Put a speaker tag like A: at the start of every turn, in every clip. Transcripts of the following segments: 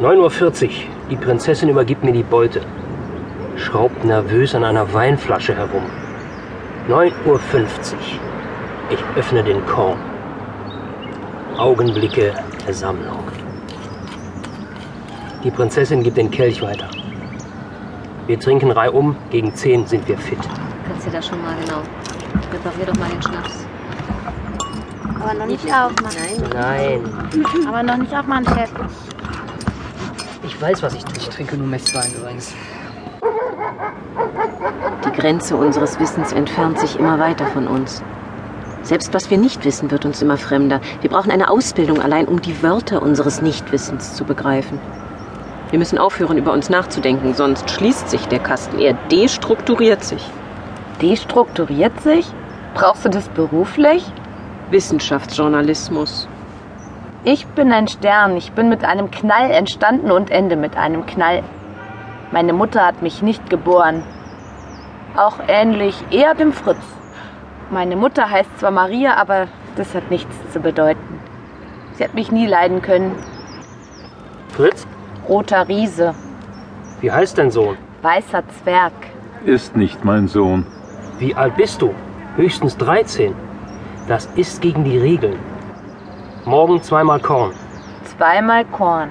A: 9.40 Uhr. Die Prinzessin übergibt mir die Beute. Schraubt nervös an einer Weinflasche herum. 9.50 Uhr. Ich öffne den Korb. Augenblicke der Sammlung. Die Prinzessin gibt den Kelch weiter. Wir trinken reihum, gegen 10 sind wir fit.
B: Kannst du das schon mal genau. Reparier doch mal den Schnaps.
C: Aber noch nicht aufmachen.
B: Nein.
A: Nein,
C: Aber noch nicht aufmachen, Chef.
A: ich weiß, was ich tue.
D: trinke nur Messwein übrigens.
B: Die Grenze unseres Wissens entfernt sich immer weiter von uns. Selbst was wir nicht wissen, wird uns immer fremder. Wir brauchen eine Ausbildung allein, um die Wörter unseres Nichtwissens zu begreifen. Wir müssen aufhören, über uns nachzudenken, sonst schließt sich der Kasten. Er destrukturiert sich.
D: Destrukturiert sich? Brauchst du das beruflich?
B: Wissenschaftsjournalismus.
D: Ich bin ein Stern. Ich bin mit einem Knall entstanden und ende mit einem Knall. Meine Mutter hat mich nicht geboren. Auch ähnlich eher dem Fritz. Meine Mutter heißt zwar Maria, aber das hat nichts zu bedeuten. Sie hat mich nie leiden können.
A: Fritz,
D: Roter Riese,
A: wie heißt dein Sohn?
D: weißer Zwerg.
E: Ist nicht mein Sohn.
A: Wie alt bist du? Höchstens 13. Das ist gegen die Regeln. Morgen zweimal Korn.
D: Zweimal Korn.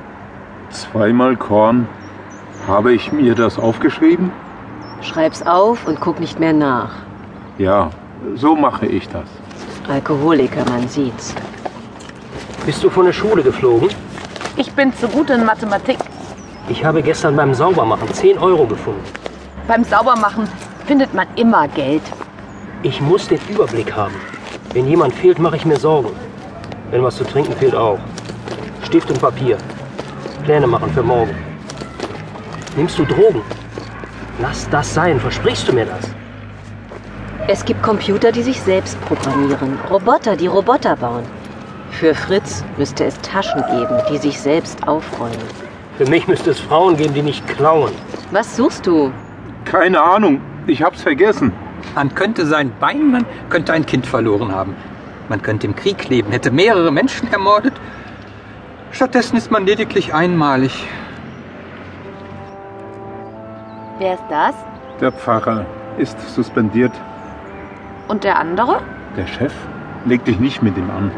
E: Zweimal Korn. Habe ich mir das aufgeschrieben?
B: Schreib's auf und guck nicht mehr nach.
E: Ja, so mache ich das.
B: Alkoholiker, man sieht's.
A: Bist du von der Schule geflogen?
D: Ich bin zu gut in Mathematik.
A: Ich habe gestern beim Saubermachen 10 Euro gefunden.
D: Beim Saubermachen findet man immer Geld.
A: Ich muss den Überblick haben. Wenn jemand fehlt, mache ich mir Sorgen. Wenn was zu trinken fehlt, auch. Stift und Papier. Pläne machen für morgen. Nimmst du Drogen? Lass das sein. Versprichst du mir das?
B: Es gibt Computer, die sich selbst programmieren. Roboter, die Roboter bauen. Für Fritz müsste es Taschen geben, die sich selbst aufräumen.
A: Für mich müsste es Frauen geben, die nicht klauen.
B: Was suchst du?
E: Keine Ahnung, ich hab's vergessen.
F: Man könnte sein Bein, man könnte ein Kind verloren haben. Man könnte im Krieg leben, hätte mehrere Menschen ermordet. Stattdessen ist man lediglich einmalig.
D: Wer ist das?
E: Der Pfarrer ist suspendiert.
D: Und der andere?
E: Der Chef? Leg dich nicht mit ihm an.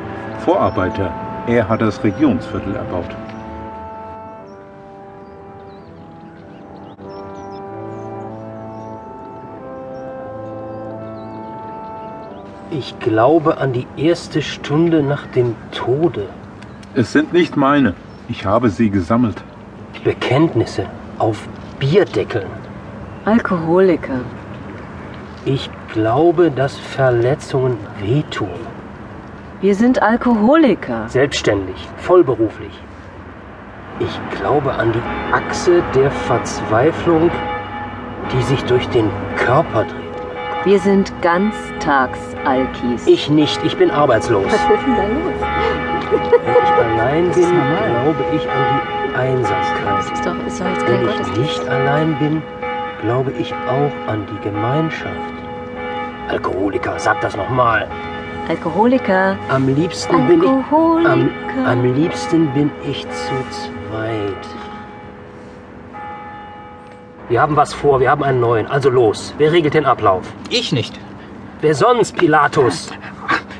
E: Vorarbeiter. Er hat das Regierungsviertel erbaut.
A: Ich glaube an die erste Stunde nach dem Tode.
E: Es sind nicht meine. Ich habe sie gesammelt.
A: Bekenntnisse auf Bierdeckeln.
B: Alkoholiker.
A: Ich glaube, dass Verletzungen wehtun.
B: Wir sind Alkoholiker.
A: Selbstständig, vollberuflich. Ich glaube an die Achse der Verzweiflung, die sich durch den Körper dreht.
B: Wir sind Ganztagsalkis.
A: Ich nicht, ich bin arbeitslos.
B: ist denn da los?
A: Wenn ich allein bin, glaube ich an die Einsamkeit.
B: Ist doch, ist doch jetzt kein
A: Wenn ich
B: Gottesdienst.
A: nicht allein bin, glaube ich auch an die Gemeinschaft. Alkoholiker, sag das nochmal.
B: Alkoholiker.
A: Am liebsten bin ich.
B: Alkoholiker.
A: Am, am liebsten bin ich zu zweit. Wir haben was vor, wir haben einen neuen. Also los, wer regelt den Ablauf?
F: Ich nicht.
A: Wer sonst, Pilatus?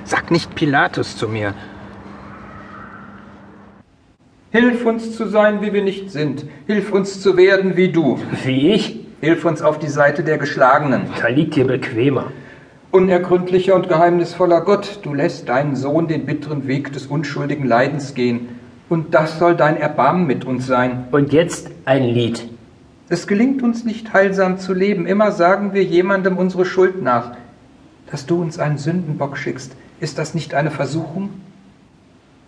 F: Sag nicht Pilatus zu mir. Hilf uns zu sein, wie wir nicht sind. Hilf uns zu werden wie du.
A: Wie ich?
F: Hilf uns auf die Seite der Geschlagenen.
A: Da liegt dir bequemer.
F: Unergründlicher und geheimnisvoller Gott, du lässt deinen Sohn den bitteren Weg des unschuldigen Leidens gehen. Und das soll dein Erbarmen mit uns sein.
A: Und jetzt ein Lied.
F: Es gelingt uns nicht heilsam zu leben, immer sagen wir jemandem unsere Schuld nach. Dass du uns einen Sündenbock schickst, ist das nicht eine Versuchung?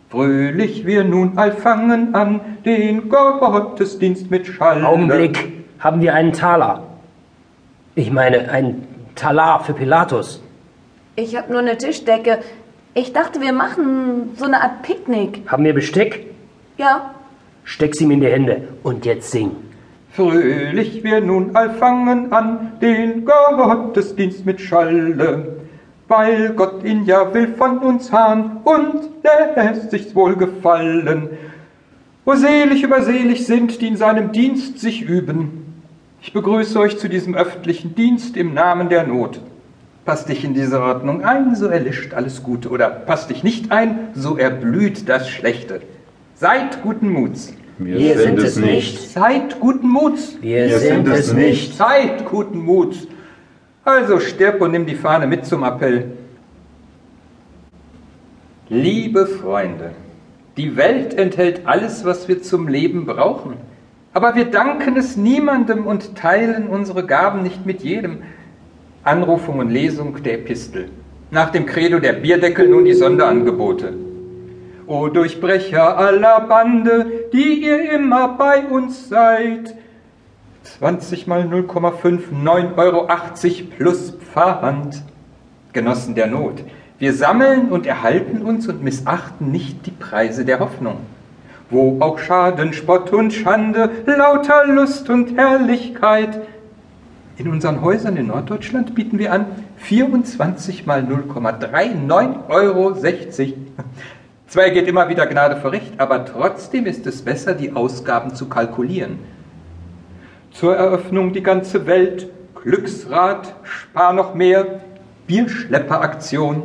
F: Fröhlich wir nun all fangen an, den Gottesdienst mit Schall.
A: Augenblick, haben wir einen Taler. Ich meine, einen Talar für Pilatus.
G: Ich habe nur eine Tischdecke. Ich dachte, wir machen so eine Art Picknick.
A: Haben wir Besteck?
G: Ja,
A: Steck's ihm in die Hände. Und jetzt sing.
F: Fröhlich wir nun all fangen an, den Gottesdienst mit Schalle. Weil Gott ihn ja will von uns haben und lässt sich's wohl gefallen. Wo selig über selig sind, die in seinem Dienst sich üben. Ich begrüße euch zu diesem öffentlichen Dienst im Namen der Not. Passt dich in diese Ordnung ein, so erlischt alles Gute. Oder passt dich nicht ein, so erblüht das Schlechte. Seid guten Muts.
E: Wir,
H: sind es nicht.
F: Seid guten Muts.
H: Wir sind es nicht.
F: Seid guten Muts. Also stirb und nimm die Fahne mit zum Appell. Liebe Freunde, die Welt enthält alles, was wir zum Leben brauchen. Aber wir danken es niemandem und teilen unsere Gaben nicht mit jedem. Anrufung und Lesung der Epistel. Nach dem Credo der Bierdeckel nun die Sonderangebote. O Durchbrecher aller Bande, die ihr immer bei uns seid. 20 mal 0,5, 9,80 Euro plus Pfarrhand. Genossen der Not, wir sammeln und erhalten uns und missachten nicht die Preise der Hoffnung. Wo auch Schaden, Spott und Schande, lauter Lust und Herrlichkeit. In unseren Häusern in Norddeutschland bieten wir an 24 mal 0,39,60 Euro. Zwar geht immer wieder Gnade vor Recht, aber trotzdem ist es besser, die Ausgaben zu kalkulieren. Zur Eröffnung die ganze Welt, Glücksrad, spar noch mehr, Bierschlepperaktion.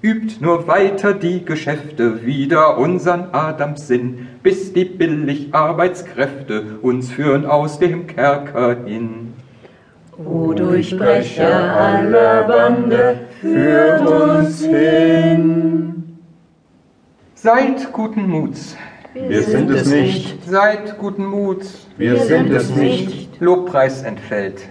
F: Übt nur weiter die Geschäfte, wieder unseren Adams Sinn, bis die Billigarbeitskräfte uns führen aus dem Kerker hin.
H: O Durchbrecher aller Bande, führt uns hin.
F: Seid guten Muts,
E: Wir sind es nicht.
F: seid guten Muts,
E: Wir sind es nicht.
F: Lobpreis entfällt.